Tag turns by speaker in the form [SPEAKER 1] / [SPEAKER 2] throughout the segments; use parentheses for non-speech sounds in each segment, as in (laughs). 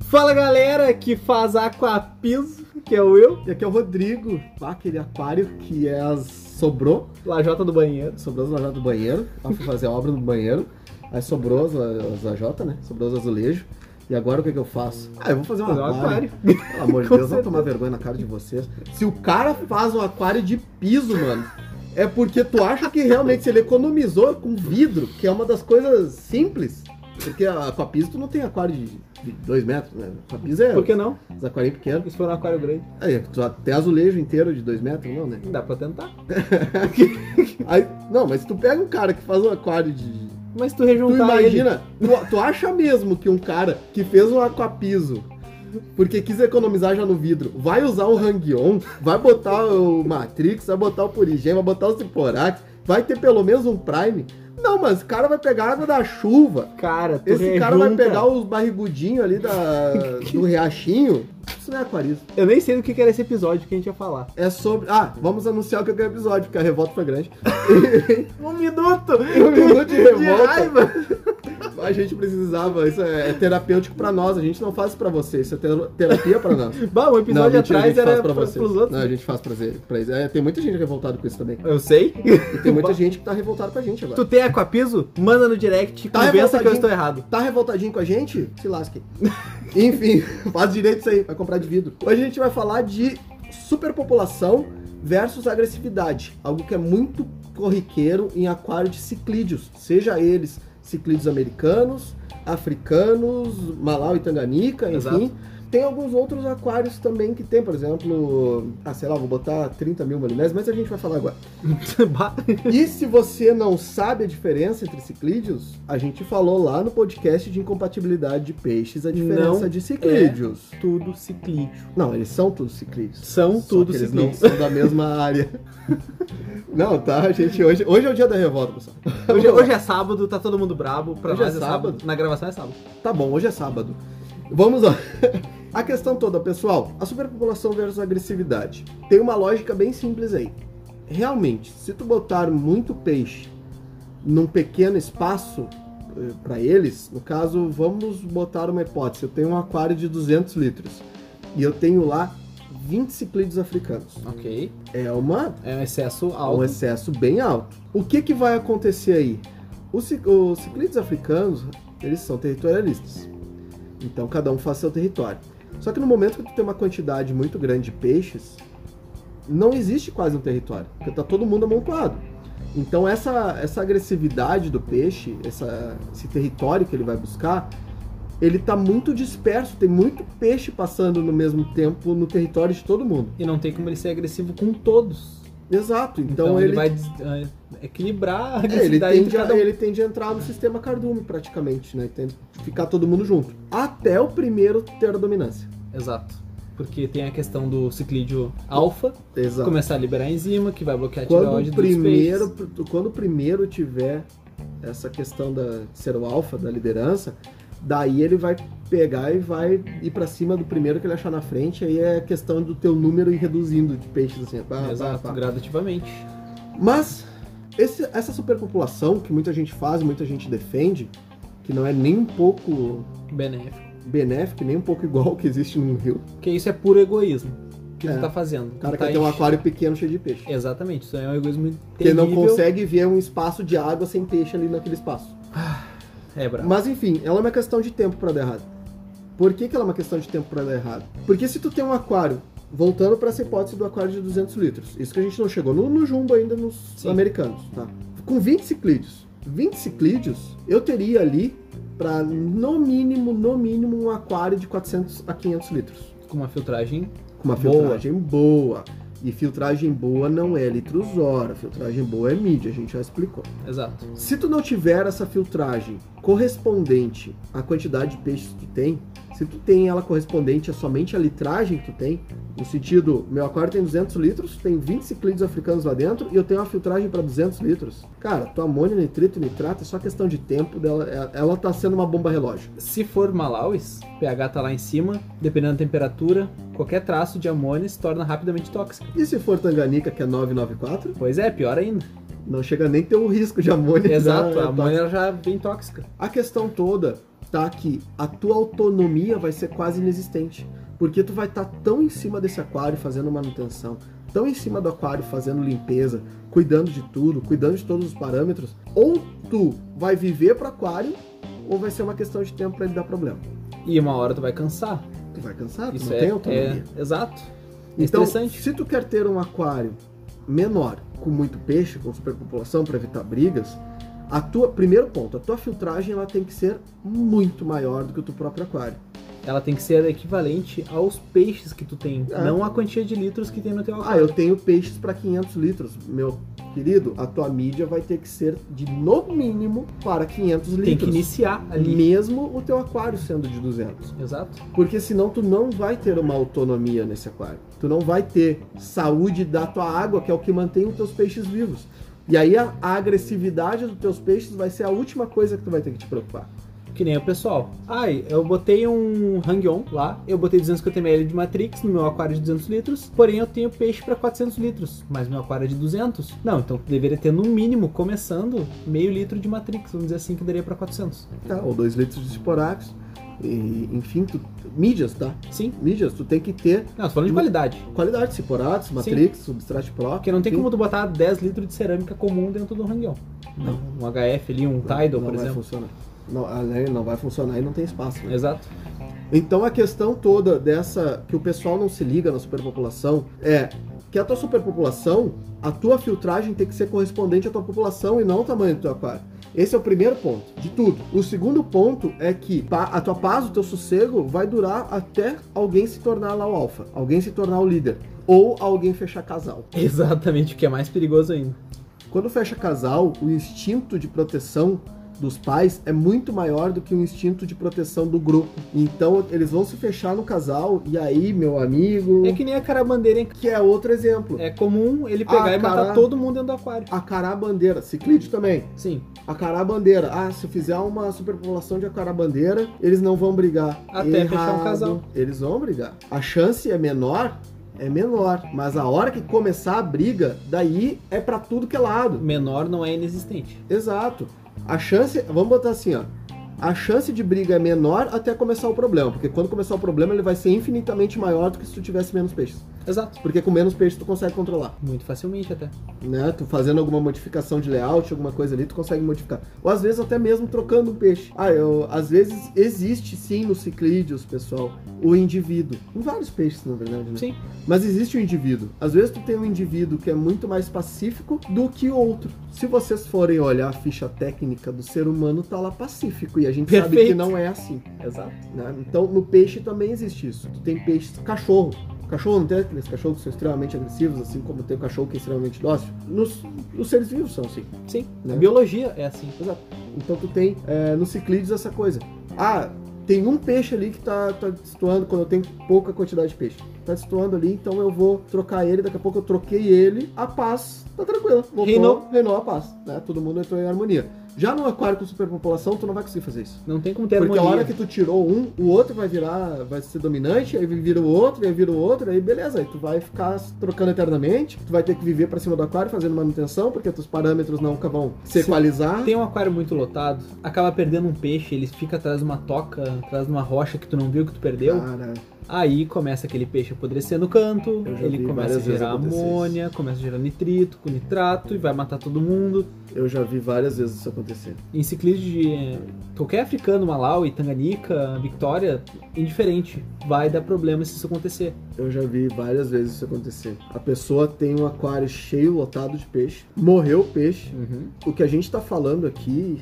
[SPEAKER 1] Fala galera que faz aquapiso, que é o eu, e aqui é o Rodrigo, Ah, aquele aquário que é as... sobrou, lajota do banheiro,
[SPEAKER 2] Sobrou as lajotas do banheiro, ela foi fazer a obra no banheiro, aí sobrou as, la- as lajotas, né? Sobrou os azulejos. E agora o que, que eu faço? Ah, eu vou fazer um
[SPEAKER 1] fazer um
[SPEAKER 2] aquário.
[SPEAKER 1] aquário.
[SPEAKER 2] Pelo amor de
[SPEAKER 1] Com
[SPEAKER 2] Deus, vão
[SPEAKER 1] certeza.
[SPEAKER 2] tomar vergonha na cara de vocês. Se o cara faz um aquário de piso, mano, é porque tu acha que realmente se ele economizou com vidro, que é uma das coisas simples. Porque a, com a piso tu não tem aquário de, de dois metros, né? Com a piso é
[SPEAKER 1] Por que não?
[SPEAKER 2] os aquarinhos pequenos.
[SPEAKER 1] Se for um aquário grande,
[SPEAKER 2] Aí, é tu até azulejo inteiro de dois metros, não, né?
[SPEAKER 1] dá pra tentar.
[SPEAKER 2] Aí, não, mas tu pega um cara que faz um aquário de.
[SPEAKER 1] Mas tu
[SPEAKER 2] Tu
[SPEAKER 1] rejuntar ele...
[SPEAKER 2] imagina, tu, tu acha mesmo que um cara que fez um aquapiso porque quis economizar já no vidro, vai usar um Hang-On, vai botar o Matrix, vai botar o Purigen, vai botar o Ciporax, vai ter pelo menos um Prime. Não, mas o cara vai pegar a água da chuva.
[SPEAKER 1] Cara, tu
[SPEAKER 2] Esse cara vai
[SPEAKER 1] rejunta-
[SPEAKER 2] pegar os barrigudinhos
[SPEAKER 1] (laughs)
[SPEAKER 2] ali da, do riachinho. Isso não é aquarismo.
[SPEAKER 1] Eu nem sei do que que era esse episódio que a gente ia falar.
[SPEAKER 2] É sobre. Ah, vamos anunciar o que é o episódio, porque a revolta foi grande.
[SPEAKER 1] Um minuto!
[SPEAKER 2] Um minuto de revolta.
[SPEAKER 1] raiva!
[SPEAKER 2] A gente precisava, isso é, é terapêutico pra nós, a gente não faz pra vocês, isso é ter- terapia pra nós.
[SPEAKER 1] (laughs) Bah, um
[SPEAKER 2] Não,
[SPEAKER 1] episódio
[SPEAKER 2] mentira, a
[SPEAKER 1] atrás
[SPEAKER 2] gente faz
[SPEAKER 1] era
[SPEAKER 2] pra
[SPEAKER 1] pra
[SPEAKER 2] vocês.
[SPEAKER 1] pros outros.
[SPEAKER 2] Não, a gente faz pra, ze- pra eles. É, tem muita gente revoltada com isso também.
[SPEAKER 1] Eu sei.
[SPEAKER 2] E tem muita
[SPEAKER 1] Bah.
[SPEAKER 2] gente que tá revoltada com a gente agora.
[SPEAKER 1] Tu tem aquapiso? Manda no direct,
[SPEAKER 2] Tá
[SPEAKER 1] convença que eu
[SPEAKER 2] revoltadinho.
[SPEAKER 1] estou errado. (laughs)
[SPEAKER 2] Tá revoltadinho com a gente? Se lasque. (laughs) Enfim, (laughs) faz direito isso aí, vai comprar de vidro. Hoje a gente vai falar de superpopulação versus agressividade, algo que é muito corriqueiro em aquário de ciclídeos, seja eles ciclídeos americanos, africanos, Malau e Tanganica, enfim.
[SPEAKER 1] Exato.
[SPEAKER 2] Tem alguns outros aquários também que tem, por exemplo, ah, sei lá, vou botar 30 mil malinés, mas a gente vai falar agora.
[SPEAKER 1] Bah.
[SPEAKER 2] E se você não sabe a diferença entre ciclídeos, a gente falou lá no podcast de incompatibilidade de peixes a diferença
[SPEAKER 1] Não é.
[SPEAKER 2] de ciclídeos.
[SPEAKER 1] Tudo ciclídeo.
[SPEAKER 2] Não, eles são todos ciclídeos.
[SPEAKER 1] São
[SPEAKER 2] Só
[SPEAKER 1] tudo
[SPEAKER 2] que eles
[SPEAKER 1] ciclídeos.
[SPEAKER 2] não são da mesma área. (laughs) Não, tá, gente, hoje, hoje é o dia da revolta, pessoal.
[SPEAKER 1] Hoje, hoje é sábado, tá todo mundo brabo. Pra
[SPEAKER 2] Hoje
[SPEAKER 1] nós
[SPEAKER 2] é
[SPEAKER 1] é sábado.
[SPEAKER 2] sábado?
[SPEAKER 1] Na gravação é sábado.
[SPEAKER 2] Tá bom, hoje é sábado. Vamos lá. (laughs) A questão toda, pessoal, a superpopulação versus a agressividade. Tem uma lógica bem simples aí. Realmente, se tu botar muito peixe num pequeno espaço para eles, no caso, vamos botar uma hipótese. Eu tenho um aquário de 200 litros e eu tenho lá 20 ciclídeos africanos.
[SPEAKER 1] Ok.
[SPEAKER 2] É uma
[SPEAKER 1] É um excesso
[SPEAKER 2] é um
[SPEAKER 1] alto.
[SPEAKER 2] excesso bem alto. O que, que vai acontecer aí? Os, ci- os ciclistas africanos, eles são territorialistas. Então cada um faz seu território. Só que no momento que tu tem uma quantidade muito grande de peixes, não existe quase um território, porque tá todo mundo amontoado. Então essa, essa agressividade do peixe, essa- esse território que ele vai buscar, ele tá muito disperso, tem muito peixe passando no mesmo tempo no território de todo mundo.
[SPEAKER 1] E não tem como ele ser agressivo com todos.
[SPEAKER 2] Exato, então,
[SPEAKER 1] Então, ele,
[SPEAKER 2] ele
[SPEAKER 1] vai des- ah, equilibrar a
[SPEAKER 2] É, ele,
[SPEAKER 1] agressividade de
[SPEAKER 2] tende
[SPEAKER 1] cada
[SPEAKER 2] a,
[SPEAKER 1] um.
[SPEAKER 2] ele tende a entrar no sistema cardume, praticamente, né? Tende a ficar todo mundo junto. Até o primeiro ter a dominância.
[SPEAKER 1] Exato. Porque tem a questão do ciclídeo alfa,
[SPEAKER 2] Exato.
[SPEAKER 1] começar a liberar a enzima, que vai bloquear a
[SPEAKER 2] Quando
[SPEAKER 1] tireoide
[SPEAKER 2] o,
[SPEAKER 1] dos
[SPEAKER 2] primeiro,
[SPEAKER 1] peixes.
[SPEAKER 2] quando o primeiro tiver essa questão da, de ser o alfa, da liderança, daí ele vai pegar e vai ir pra cima do primeiro que ele achar na frente, aí é questão do teu número ir reduzindo de peixes, assim, pá, pá,
[SPEAKER 1] Exato,
[SPEAKER 2] pá.
[SPEAKER 1] gradativamente.
[SPEAKER 2] Mas esse- essa superpopulação, que muita gente faz, muita gente defende, que não é nem um pouco
[SPEAKER 1] Benéfico.
[SPEAKER 2] benéfico, nem um pouco igual (laughs) ao que existe num rio.
[SPEAKER 1] Porque isso é puro egoísmo que
[SPEAKER 2] É.
[SPEAKER 1] tu tá fazendo.
[SPEAKER 2] O cara
[SPEAKER 1] Tu tá
[SPEAKER 2] quer ter um
[SPEAKER 1] enche-
[SPEAKER 2] aquário pequeno cheio de peixe.
[SPEAKER 1] Exatamente, isso é um egoísmo
[SPEAKER 2] Porque
[SPEAKER 1] terrível.
[SPEAKER 2] não consegue ver um espaço de água sem peixe ali naquele espaço.
[SPEAKER 1] É brabo.
[SPEAKER 2] Mas enfim, ela é uma questão de tempo pra dar errado. Por que, que ela é uma questão de tempo pra dar errado? Porque se tu tem um aquário, voltando pra essa hipótese do aquário de 200 litros, isso que a gente não chegou no, no jumbo ainda nos
[SPEAKER 1] Sim.
[SPEAKER 2] americanos, tá? Com 20 ciclídeos, 20 ciclídeos, eu teria ali pra no mínimo, no mínimo um aquário de 400 a 500 litros.
[SPEAKER 1] Com uma filtragem
[SPEAKER 2] Com uma
[SPEAKER 1] Boa.
[SPEAKER 2] filtragem boa. E filtragem boa não é litros hora, filtragem boa é mídia, a gente já explicou.
[SPEAKER 1] Exato.
[SPEAKER 2] Se tu não tiver essa filtragem correspondente à quantidade de peixes que tu tem, se tu tem ela correspondente a somente a litragem que tu tem, no sentido, meu aquário tem 200 litros, tem 20 ciclídeos africanos lá dentro e eu tenho uma filtragem para 200 litros. Cara, tua amônia, nitrito e nitrato é só questão de tempo dela, é- ela tá sendo uma bomba relógio.
[SPEAKER 1] Se for Malawis, pH tá lá em cima, dependendo da temperatura, qualquer traço de amônia se torna rapidamente tóxico.
[SPEAKER 2] E se for Tanganica, que é 994,
[SPEAKER 1] Pois é, pior ainda.
[SPEAKER 2] (laughs) não é chega nem ter o um risco de amônia. (laughs) Tá
[SPEAKER 1] Exato,
[SPEAKER 2] na-
[SPEAKER 1] a amônia ela já vem tóxica.
[SPEAKER 2] A questão toda tá? Que a tua autonomia vai ser quase inexistente. Porque tu vai estar tão em cima desse aquário fazendo manutenção, tão em cima do aquário fazendo limpeza, cuidando de tudo, cuidando de todos os parâmetros. Ou tu vai viver pro aquário, ou vai ser uma questão de tempo para ele dar problema.
[SPEAKER 1] E uma hora tu vai cansar.
[SPEAKER 2] Tu vai cansar, Ah, tu
[SPEAKER 1] Isso
[SPEAKER 2] não
[SPEAKER 1] é,
[SPEAKER 2] tem autonomia.
[SPEAKER 1] é- Exato. É
[SPEAKER 2] Então,
[SPEAKER 1] estressante.
[SPEAKER 2] se tu quer ter um aquário menor, com muito peixe, com superpopulação para evitar brigas, a tua primeiro ponto, a tua filtragem ela tem que ser muito maior do que o teu próprio aquário.
[SPEAKER 1] Ela tem que ser equivalente aos peixes que tu tem,
[SPEAKER 2] É.
[SPEAKER 1] não a quantia de litros que tem no teu
[SPEAKER 2] Ah,
[SPEAKER 1] aquário.
[SPEAKER 2] eu tenho peixes para 500 litros, meu querido, a tua mídia vai ter que ser de no mínimo para 500
[SPEAKER 1] tem que
[SPEAKER 2] litros.
[SPEAKER 1] iniciar ali.
[SPEAKER 2] Mesmo o teu aquário sendo de 200.
[SPEAKER 1] Exato.
[SPEAKER 2] Porque senão tu não vai ter uma autonomia nesse aquário. Tu não vai ter saúde da tua água, que é o que mantém os teus peixes vivos. E aí a, a agressividade dos teus peixes vai ser a última coisa que tu vai ter que te preocupar.
[SPEAKER 1] Que nem o pessoal. Ai, eu botei um Hang-On lá, eu botei 250ml de Matrix no meu aquário de 200 litros, porém eu tenho peixe para 400 litros, mas meu aquário é de 200. Não, então deveria ter no mínimo, começando, meio litro de Matrix, vamos dizer assim, que daria para 400.
[SPEAKER 2] Tá? Ou dois litros de esporáceos. E, enfim, tu, mídias, tá?
[SPEAKER 1] Sim.
[SPEAKER 2] Mídias, tu tem que ter
[SPEAKER 1] Não, tô falando de qualidade.
[SPEAKER 2] qualidade, ciporatos, matrix, substrato pró.
[SPEAKER 1] Porque não tem
[SPEAKER 2] enfim.
[SPEAKER 1] como tu botar 10 litros de cerâmica comum dentro do Hang-On.
[SPEAKER 2] Não.
[SPEAKER 1] Um HF ali, um Tidal,
[SPEAKER 2] não
[SPEAKER 1] por
[SPEAKER 2] vai
[SPEAKER 1] exemplo.
[SPEAKER 2] funcionar. Não, além, não vai funcionar e não tem espaço. né?
[SPEAKER 1] Exato. (laughs)
[SPEAKER 2] Então a questão toda dessa que o pessoal não se liga na superpopulação é que a tua superpopulação, a tua filtragem tem que ser correspondente à tua população e não ao tamanho do teu aquário. Esse é o primeiro ponto de tudo. O segundo ponto é que pa- a tua paz, o teu sossego vai durar até alguém se tornar lá o alfa, alguém se tornar o líder ou alguém fechar casal.
[SPEAKER 1] Exatamente, o que é mais perigoso ainda.
[SPEAKER 2] Quando fecha casal, o instinto de proteção dos pais é muito maior do que o instinto de proteção do grupo. Então eles vão se fechar no casal e aí, meu amigo,
[SPEAKER 1] É que nem a carabandeira, hein?
[SPEAKER 2] que é outro exemplo.
[SPEAKER 1] É comum ele pegar
[SPEAKER 2] Ah,
[SPEAKER 1] e matar
[SPEAKER 2] cara.
[SPEAKER 1] todo mundo dentro do aquário.
[SPEAKER 2] Acará bandeira, ciclídeo também.
[SPEAKER 1] Sim.
[SPEAKER 2] Acará bandeira. Ah, se fizer uma superpopulação de acará bandeira, eles não vão brigar.
[SPEAKER 1] Até fechar um casal.
[SPEAKER 2] Eles vão brigar. A chance é menor, é menor, mas a hora que começar a briga, daí é pra tudo que é lado.
[SPEAKER 1] Menor não é inexistente.
[SPEAKER 2] Exato. A chance, vamos botar assim, ó. A chance de briga é menor até começar o problema, porque quando começar o problema ele vai ser infinitamente maior do que se tu tivesse menos peixes.
[SPEAKER 1] Exato.
[SPEAKER 2] Porque com menos peixes tu consegue controlar,
[SPEAKER 1] Muito facilmente até.
[SPEAKER 2] né? Tu fazendo alguma modificação de layout, alguma coisa ali, tu consegue modificar. Ou às vezes até mesmo trocando um peixe. Ah, eu, às vezes existe sim nos ciclídeos, pessoal, o indivíduo. Em vários peixes, na verdade, né?
[SPEAKER 1] Sim.
[SPEAKER 2] Mas existe o indivíduo. Às vezes tu tem um indivíduo que é muito mais pacífico do que outro. Se vocês forem olhar a ficha técnica do ser humano, tá lá pacífico. E a gente sabe
[SPEAKER 1] Perfeito.
[SPEAKER 2] que não é assim.
[SPEAKER 1] Exato.
[SPEAKER 2] né? Então no peixe também existe isso. Tu tem peixes cachorro. Cachorro não tem aqueles cachorros que são extremamente agressivos, assim como tem o cachorro que é extremamente dócil. Nos, os seres vivos são assim.
[SPEAKER 1] Sim.
[SPEAKER 2] Né?
[SPEAKER 1] A biologia é assim.
[SPEAKER 2] Exato. Então tu tem é, no ciclídeos essa coisa. Ah, tem um peixe ali que tá, tá destoando quando eu tenho pouca quantidade de peixe. Tá destoando ali, então eu vou trocar ele, daqui a pouco eu troquei ele, a paz tá tranquila. Voltou,
[SPEAKER 1] Reinou.
[SPEAKER 2] reinou a paz, né? Todo mundo entrou em harmonia. Já no aquário com superpopulação, tu não vai conseguir fazer isso.
[SPEAKER 1] Não tem como ter
[SPEAKER 2] Porque a
[SPEAKER 1] harmonia.
[SPEAKER 2] hora que tu tirou um, o outro vai virar, vai ser dominante, aí vira o outro, aí vira o outro, aí beleza, aí tu vai ficar trocando eternamente, tu vai ter que viver pra cima do aquário fazendo manutenção, porque teus parâmetros nunca vão se
[SPEAKER 1] Sim.
[SPEAKER 2] equalizar.
[SPEAKER 1] Tem um aquário muito lotado, acaba perdendo um peixe, ele fica atrás de uma toca, atrás de uma rocha que tu não viu que tu perdeu.
[SPEAKER 2] Cara,
[SPEAKER 1] Aí começa aquele peixe a apodrecer no canto,
[SPEAKER 2] Eu já vi
[SPEAKER 1] ele começa a
[SPEAKER 2] várias vezes
[SPEAKER 1] gerar
[SPEAKER 2] acontecer
[SPEAKER 1] amônia, começa a gerar nitrito, com nitrato e vai matar todo mundo.
[SPEAKER 2] eu já vi várias vezes isso acontecer.
[SPEAKER 1] Em ciclismo de eh, qualquer africano, Malawi, Tanganica, Victória, indiferente, vai dar problema se isso acontecer.
[SPEAKER 2] Eu já vi várias vezes isso acontecer. A pessoa tem um aquário cheio, lotado de peixe. Morreu o peixe. O que a gente tá falando aqui,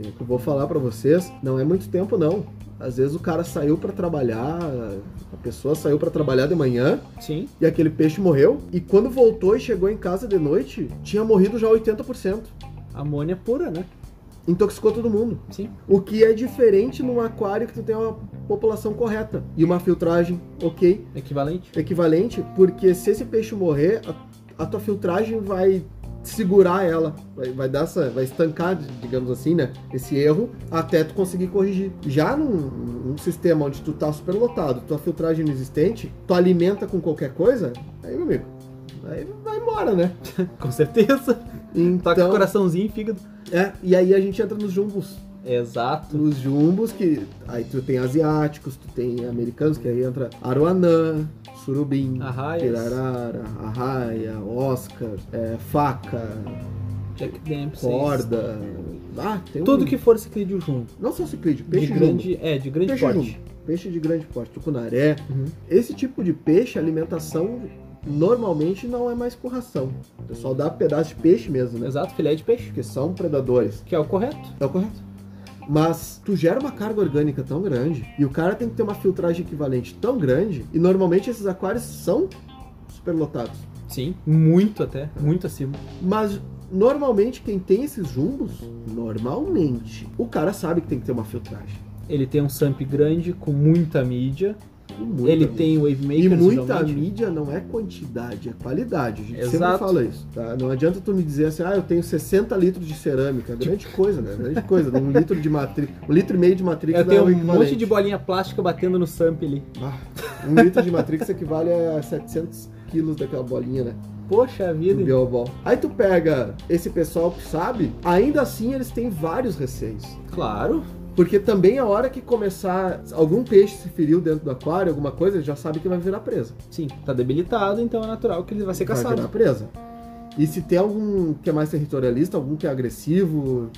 [SPEAKER 2] é, que eu vou falar pra vocês, não é muito tempo não. Às vezes o cara saiu pra trabalhar, a pessoa saiu pra trabalhar de manhã
[SPEAKER 1] Sim,
[SPEAKER 2] e aquele peixe morreu. E quando voltou e chegou em casa de noite, tinha morrido já 80%.
[SPEAKER 1] amônia pura, né?
[SPEAKER 2] Intoxicou todo mundo.
[SPEAKER 1] Sim.
[SPEAKER 2] O que é diferente num aquário que tu tem uma população correta e uma filtragem ok.
[SPEAKER 1] Equivalente. (laughs)
[SPEAKER 2] equivalente, porque se esse peixe morrer, a, a tua filtragem vai segurar ela, vai, vai dar essa, vai estancar, digamos assim, né, esse erro até tu conseguir corrigir. Já num, num sistema onde tu tá superlotado, tua filtragem inexistente, tu alimenta com qualquer coisa, aí meu amigo, aí vai embora, né?
[SPEAKER 1] Com certeza. Toca
[SPEAKER 2] Então,
[SPEAKER 1] coraçãozinho e fígado.
[SPEAKER 2] é, e aí a gente entra nos jumbos.
[SPEAKER 1] Exato.
[SPEAKER 2] Nos jumbos, que aí tu tem asiáticos, tu tem americanos, que aí entra Aruanã, Surubim,
[SPEAKER 1] Arraias.
[SPEAKER 2] Pirarara, Arraia, Oscar, é, Faca,
[SPEAKER 1] Jack Dempsey.
[SPEAKER 2] Corda. Ah, tem um-
[SPEAKER 1] Tudo que for ciclídeo junto.
[SPEAKER 2] Não só ciclídeo,
[SPEAKER 1] De
[SPEAKER 2] peixe jumbo.
[SPEAKER 1] grande, é, de grande
[SPEAKER 2] Peixe
[SPEAKER 1] porte.
[SPEAKER 2] jumbo. Peixe de grande porte, tucunaré.
[SPEAKER 1] Uhum.
[SPEAKER 2] Esse tipo de peixe, a alimentação normalmente não é mais com ração. O pessoal dá pedaço de peixe mesmo, né?
[SPEAKER 1] Exato, filé de peixe.
[SPEAKER 2] Porque são predadores.
[SPEAKER 1] Que é o correto.
[SPEAKER 2] É o correto. Mas tu gera uma carga orgânica tão grande e o cara tem que ter uma filtragem equivalente tão grande e normalmente esses aquários são superlotados.
[SPEAKER 1] Sim. Muito até. Muito acima.
[SPEAKER 2] Mas normalmente quem tem esses jumbos, normalmente, o cara sabe que tem que ter uma filtragem.
[SPEAKER 1] Ele tem um samp grande com muita mídia.
[SPEAKER 2] E muita
[SPEAKER 1] ele
[SPEAKER 2] mídia.
[SPEAKER 1] tem wave maker.
[SPEAKER 2] E muita
[SPEAKER 1] geralmente.
[SPEAKER 2] mídia não é quantidade, é qualidade. A gente sempre
[SPEAKER 1] Exato.
[SPEAKER 2] fala isso, tá? Não adianta tu me dizer assim, ah, eu tenho 60 litros de cerâmica. Grande coisa, né? Grande coisa. Um litro de matriz, um litro e meio de matriz
[SPEAKER 1] Eu
[SPEAKER 2] não
[SPEAKER 1] tenho
[SPEAKER 2] é o
[SPEAKER 1] um monte
[SPEAKER 2] equivalente.
[SPEAKER 1] de bolinha plástica batendo no samp ali.
[SPEAKER 2] Ah, um litro de Matrix equivale a 700 quilos daquela bolinha, né?
[SPEAKER 1] Poxa
[SPEAKER 2] Do
[SPEAKER 1] vida.
[SPEAKER 2] Bioball. Aí tu pega esse pessoal que sabe, ainda assim eles têm vários receios.
[SPEAKER 1] Claro.
[SPEAKER 2] Porque também a hora que começar, algum peixe se feriu dentro do aquário, alguma coisa, ele já sabe que vai virar presa.
[SPEAKER 1] Sim, tá debilitado, então é natural que ele vai ser
[SPEAKER 2] Vai virar
[SPEAKER 1] caçado.
[SPEAKER 2] presa. E se tem algum que é mais territorialista, algum que é agressivo,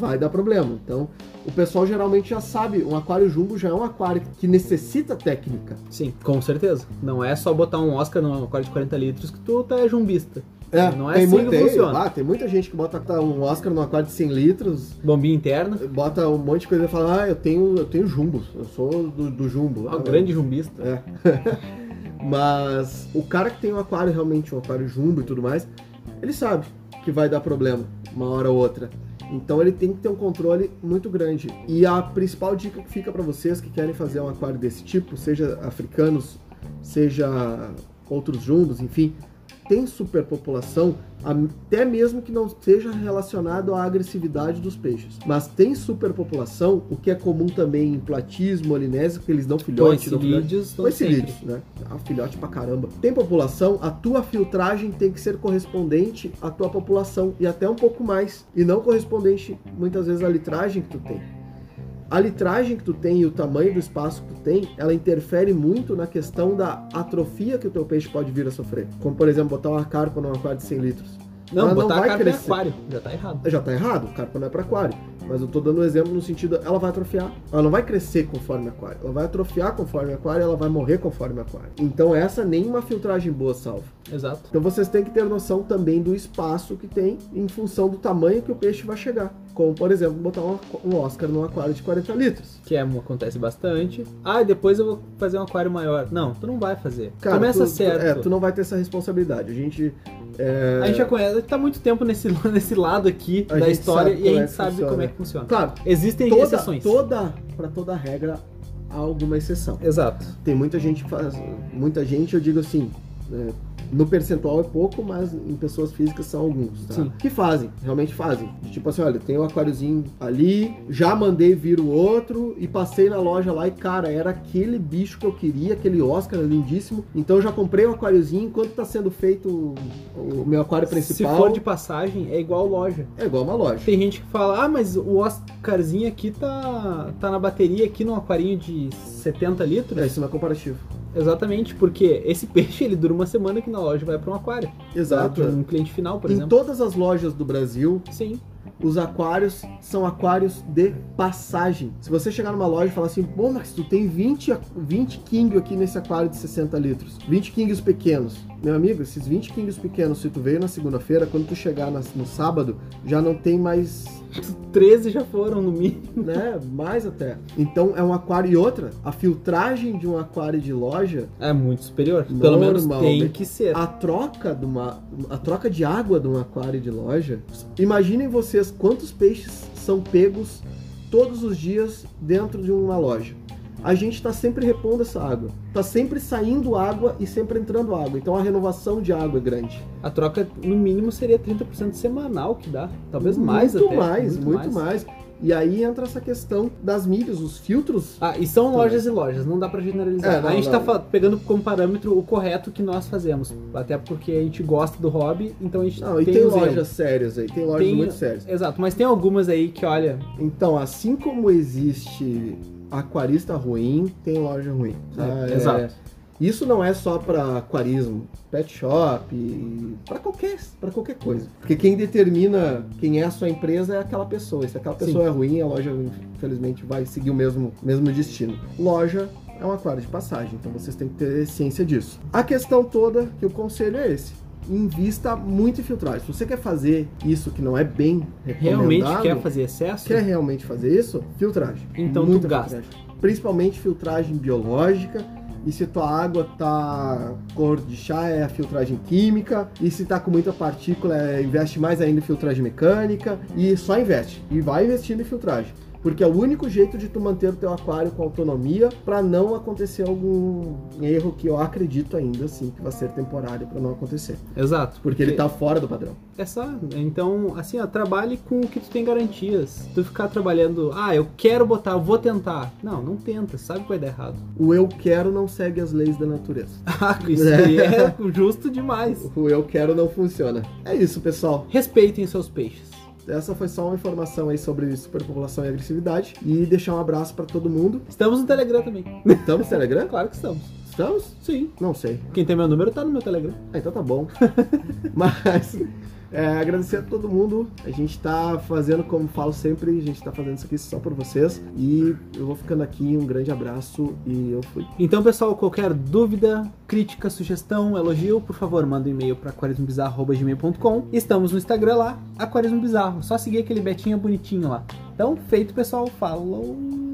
[SPEAKER 2] vai dar problema. Então, o pessoal geralmente já sabe, um aquário jumbo já é um aquário que necessita técnica.
[SPEAKER 1] Sim, com certeza. Não é só botar um Oscar numa aquário de 40 litros que tu tá jumbista.
[SPEAKER 2] É,
[SPEAKER 1] Não é
[SPEAKER 2] tem
[SPEAKER 1] assim
[SPEAKER 2] muita,
[SPEAKER 1] que
[SPEAKER 2] tem-
[SPEAKER 1] funciona.
[SPEAKER 2] ah, tem muita gente que bota tá, um Oscar num aquário de 100 litros,
[SPEAKER 1] Bombinha interna,
[SPEAKER 2] bota um monte de coisa e fala, ah, eu tenho, eu tenho jumbo, eu sou do, do jumbo.
[SPEAKER 1] é
[SPEAKER 2] Ah,
[SPEAKER 1] um grande jumbista.
[SPEAKER 2] É. Mas o cara que tem um aquário realmente, um aquário jumbo e tudo mais, ele sabe que vai dar problema uma hora ou outra. Então ele tem que ter um controle muito grande. E a principal dica que fica para vocês que querem fazer um aquário desse tipo, seja africanos, seja outros jumbos, enfim, tem superpopulação, até mesmo que não seja relacionado à agressividade dos peixes. Mas tem superpopulação, o que é comum também em platismo, olinésio, que eles dão filhotes, dão filhotes.
[SPEAKER 1] Coincilídeos
[SPEAKER 2] Foi esse
[SPEAKER 1] sempre.
[SPEAKER 2] vídeo, né? Ah, filhote pra caramba. Tem população, a tua filtragem tem que ser correspondente à tua população e até um pouco mais. E não correspondente, muitas vezes, à litragem que tu tem. A litragem que tu tem e o tamanho do espaço que tu tem, ela interfere muito na questão da atrofia que o teu peixe pode vir a sofrer. Como, por exemplo, botar uma carpa numa aquário de 100 litros.
[SPEAKER 1] Não,
[SPEAKER 2] Ela não
[SPEAKER 1] botar a
[SPEAKER 2] vai
[SPEAKER 1] carpa em
[SPEAKER 2] crescer.
[SPEAKER 1] aquário. Já tá errado.
[SPEAKER 2] Já tá errado, carpa não é pra aquário. Mas eu tô dando um exemplo no sentido, ela vai atrofiar. Ela não vai crescer conforme aquário. Ela vai atrofiar conforme aquário, ela vai morrer conforme aquário. Então essa nenhuma filtragem boa salva.
[SPEAKER 1] Exato.
[SPEAKER 2] Então vocês têm que ter noção também do espaço que tem em função do tamanho que o peixe vai chegar. Como, por exemplo, botar um aqu- um Oscar num aquário de 40 litros.
[SPEAKER 1] Que é, acontece bastante. Ah, e depois eu vou fazer um aquário maior. Não, tu não vai fazer.
[SPEAKER 2] Cara,
[SPEAKER 1] Começa
[SPEAKER 2] tu, tu-
[SPEAKER 1] certo.
[SPEAKER 2] é, tu não vai ter essa responsabilidade. A gente... é,
[SPEAKER 1] A gente já conhece, a gente tá muito tempo nesse, (laughs) nesse lado aqui
[SPEAKER 2] A
[SPEAKER 1] da
[SPEAKER 2] gente
[SPEAKER 1] história
[SPEAKER 2] sabe
[SPEAKER 1] e a
[SPEAKER 2] como é
[SPEAKER 1] gente
[SPEAKER 2] que
[SPEAKER 1] sabe
[SPEAKER 2] funciona.
[SPEAKER 1] como é que funciona.
[SPEAKER 2] Claro,
[SPEAKER 1] Existem
[SPEAKER 2] toda,
[SPEAKER 1] exceções.
[SPEAKER 2] toda, pra toda regra, há alguma exceção.
[SPEAKER 1] Exato.
[SPEAKER 2] Tem muita gente que faz. Muita gente, eu digo assim. né, no percentual é pouco, mas em pessoas físicas são alguns, tá?
[SPEAKER 1] Sim.
[SPEAKER 2] Que fazem, realmente fazem. De Tipo assim, olha, tem um aquáriozinho ali, já mandei vir o outro e passei na loja lá e, cara, era aquele bicho que eu queria, aquele Oscar lindíssimo. Então eu já comprei o aquáriozinho, enquanto tá sendo feito o, o meu aquário
[SPEAKER 1] Se
[SPEAKER 2] principal,
[SPEAKER 1] for de passagem, é igual loja.
[SPEAKER 2] é igual uma loja.
[SPEAKER 1] Tem gente que fala, ah, mas o Oscarzinho aqui tá, tá na bateria aqui num aquarinho de 70 litros.
[SPEAKER 2] É, isso não é comparativo.
[SPEAKER 1] Exatamente, porque esse (laughs) peixe ele dura uma semana que na loja e vai pra um aquário.
[SPEAKER 2] Exato. Então
[SPEAKER 1] Pra Um cliente final, por
[SPEAKER 2] em
[SPEAKER 1] exemplo.
[SPEAKER 2] todas as lojas do Brasil,
[SPEAKER 1] Sim,
[SPEAKER 2] os aquários são aquários de passagem. Se você chegar numa loja e falar assim, pô, Max, tu tem 20, a- 20 king aqui nesse aquário de 60 litros. 20 kings pequenos. Meu amigo, esses 20 kings pequenos, se tu veio na segunda-feira, quando tu chegar na- no sábado, já não tem mais,
[SPEAKER 1] 13 já foram no mínimo.
[SPEAKER 2] né, (laughs) mais até. Então é um aquário e outra. A filtragem de um aquário de loja,
[SPEAKER 1] É muito superior. Pelo menos tem
[SPEAKER 2] Normalmente.
[SPEAKER 1] que ser.
[SPEAKER 2] a troca de uma, a troca de água de um aquário de loja. Imaginem vocês quantos peixes são pegos todos os dias dentro de uma loja. A gente está sempre repondo essa água. Está sempre saindo água e sempre entrando água. Então a renovação de água é grande.
[SPEAKER 1] A troca, no mínimo, seria 30% semanal que dá. Talvez
[SPEAKER 2] muito
[SPEAKER 1] mais até.
[SPEAKER 2] mais, muito mais. E aí entra essa questão das milhas, os filtros.
[SPEAKER 1] Ah, e são
[SPEAKER 2] Também.
[SPEAKER 1] lojas e lojas, não dá pra generalizar.
[SPEAKER 2] É, não,
[SPEAKER 1] a gente
[SPEAKER 2] não.
[SPEAKER 1] tá fa- pegando como parâmetro o correto que nós fazemos. Até porque a gente gosta do hobby, então a gente
[SPEAKER 2] Não, Ah, e
[SPEAKER 1] tem,
[SPEAKER 2] tem,
[SPEAKER 1] o zelo.
[SPEAKER 2] lojas sérias aí, tem lojas
[SPEAKER 1] Tem-
[SPEAKER 2] muito sérias.
[SPEAKER 1] Exato, mas tem algumas aí que, olha,
[SPEAKER 2] Então, assim como existe aquarista ruim, tem loja ruim. tá?
[SPEAKER 1] É,
[SPEAKER 2] É-
[SPEAKER 1] exato.
[SPEAKER 2] Isso não é só pra aquarismo, pet shop, e pra qualquer, pra qualquer coisa. Porque quem determina quem é a sua empresa é aquela pessoa. E se aquela
[SPEAKER 1] Sim.
[SPEAKER 2] pessoa é ruim, a loja infelizmente vai seguir o mesmo, mesmo destino. Loja é um aquário de passagem, então vocês têm que ter ciência disso. A questão toda que o conselho é esse. Invista muito em filtragem. Se você quer fazer isso que não é bem
[SPEAKER 1] realmente
[SPEAKER 2] recomendado,
[SPEAKER 1] quer fazer excesso?
[SPEAKER 2] Quer realmente fazer isso? Filtragem.
[SPEAKER 1] Então tu
[SPEAKER 2] Muita
[SPEAKER 1] gasta.
[SPEAKER 2] filtragem. Principalmente filtragem biológica. E se tua água tá cor de chá, é a filtragem química. E se tá com muita partícula, é, investe mais ainda em filtragem mecânica. E só investe. E vai investindo em filtragem. Porque é o único jeito de tu manter o teu aquário com autonomia para não acontecer algum erro que eu acredito ainda assim que vai ser temporário para não acontecer.
[SPEAKER 1] Exato.
[SPEAKER 2] Porque ele tá fora do padrão.
[SPEAKER 1] Essa, É então, assim, ó, trabalhe com o que tu tem garantias. Tu ficar trabalhando, ah, eu quero botar, vou tentar. Não, não tenta, sabe que vai dar errado.
[SPEAKER 2] O eu quero não segue as leis da natureza.
[SPEAKER 1] Ah, isso aí é justo demais.
[SPEAKER 2] O eu quero não funciona. É isso, pessoal.
[SPEAKER 1] Respeitem seus peixes.
[SPEAKER 2] Essa foi só uma informação aí sobre superpopulação e agressividade. E deixar um abraço pra todo mundo.
[SPEAKER 1] Estamos no Telegram também. É
[SPEAKER 2] Estamos no Telegram?
[SPEAKER 1] Claro que estamos.
[SPEAKER 2] Estamos?
[SPEAKER 1] Sim.
[SPEAKER 2] Não sei.
[SPEAKER 1] Quem tem meu número tá no meu Telegram.
[SPEAKER 2] Ah, então tá bom. (laughs) Mas é, agradecer a todo mundo. A gente tá fazendo, como falo sempre, a gente tá fazendo isso aqui só por vocês. E eu vou ficando aqui. Um grande abraço e eu fui.
[SPEAKER 1] Então, pessoal, qualquer dúvida, crítica, sugestão, elogio, por favor, manda um e-mail para aquarismobizarro.gmail.com. Estamos no Instagram lá, Aquarismo Bizarro. Só seguir aquele betinha bonitinho lá. Então, feito, pessoal. Falou!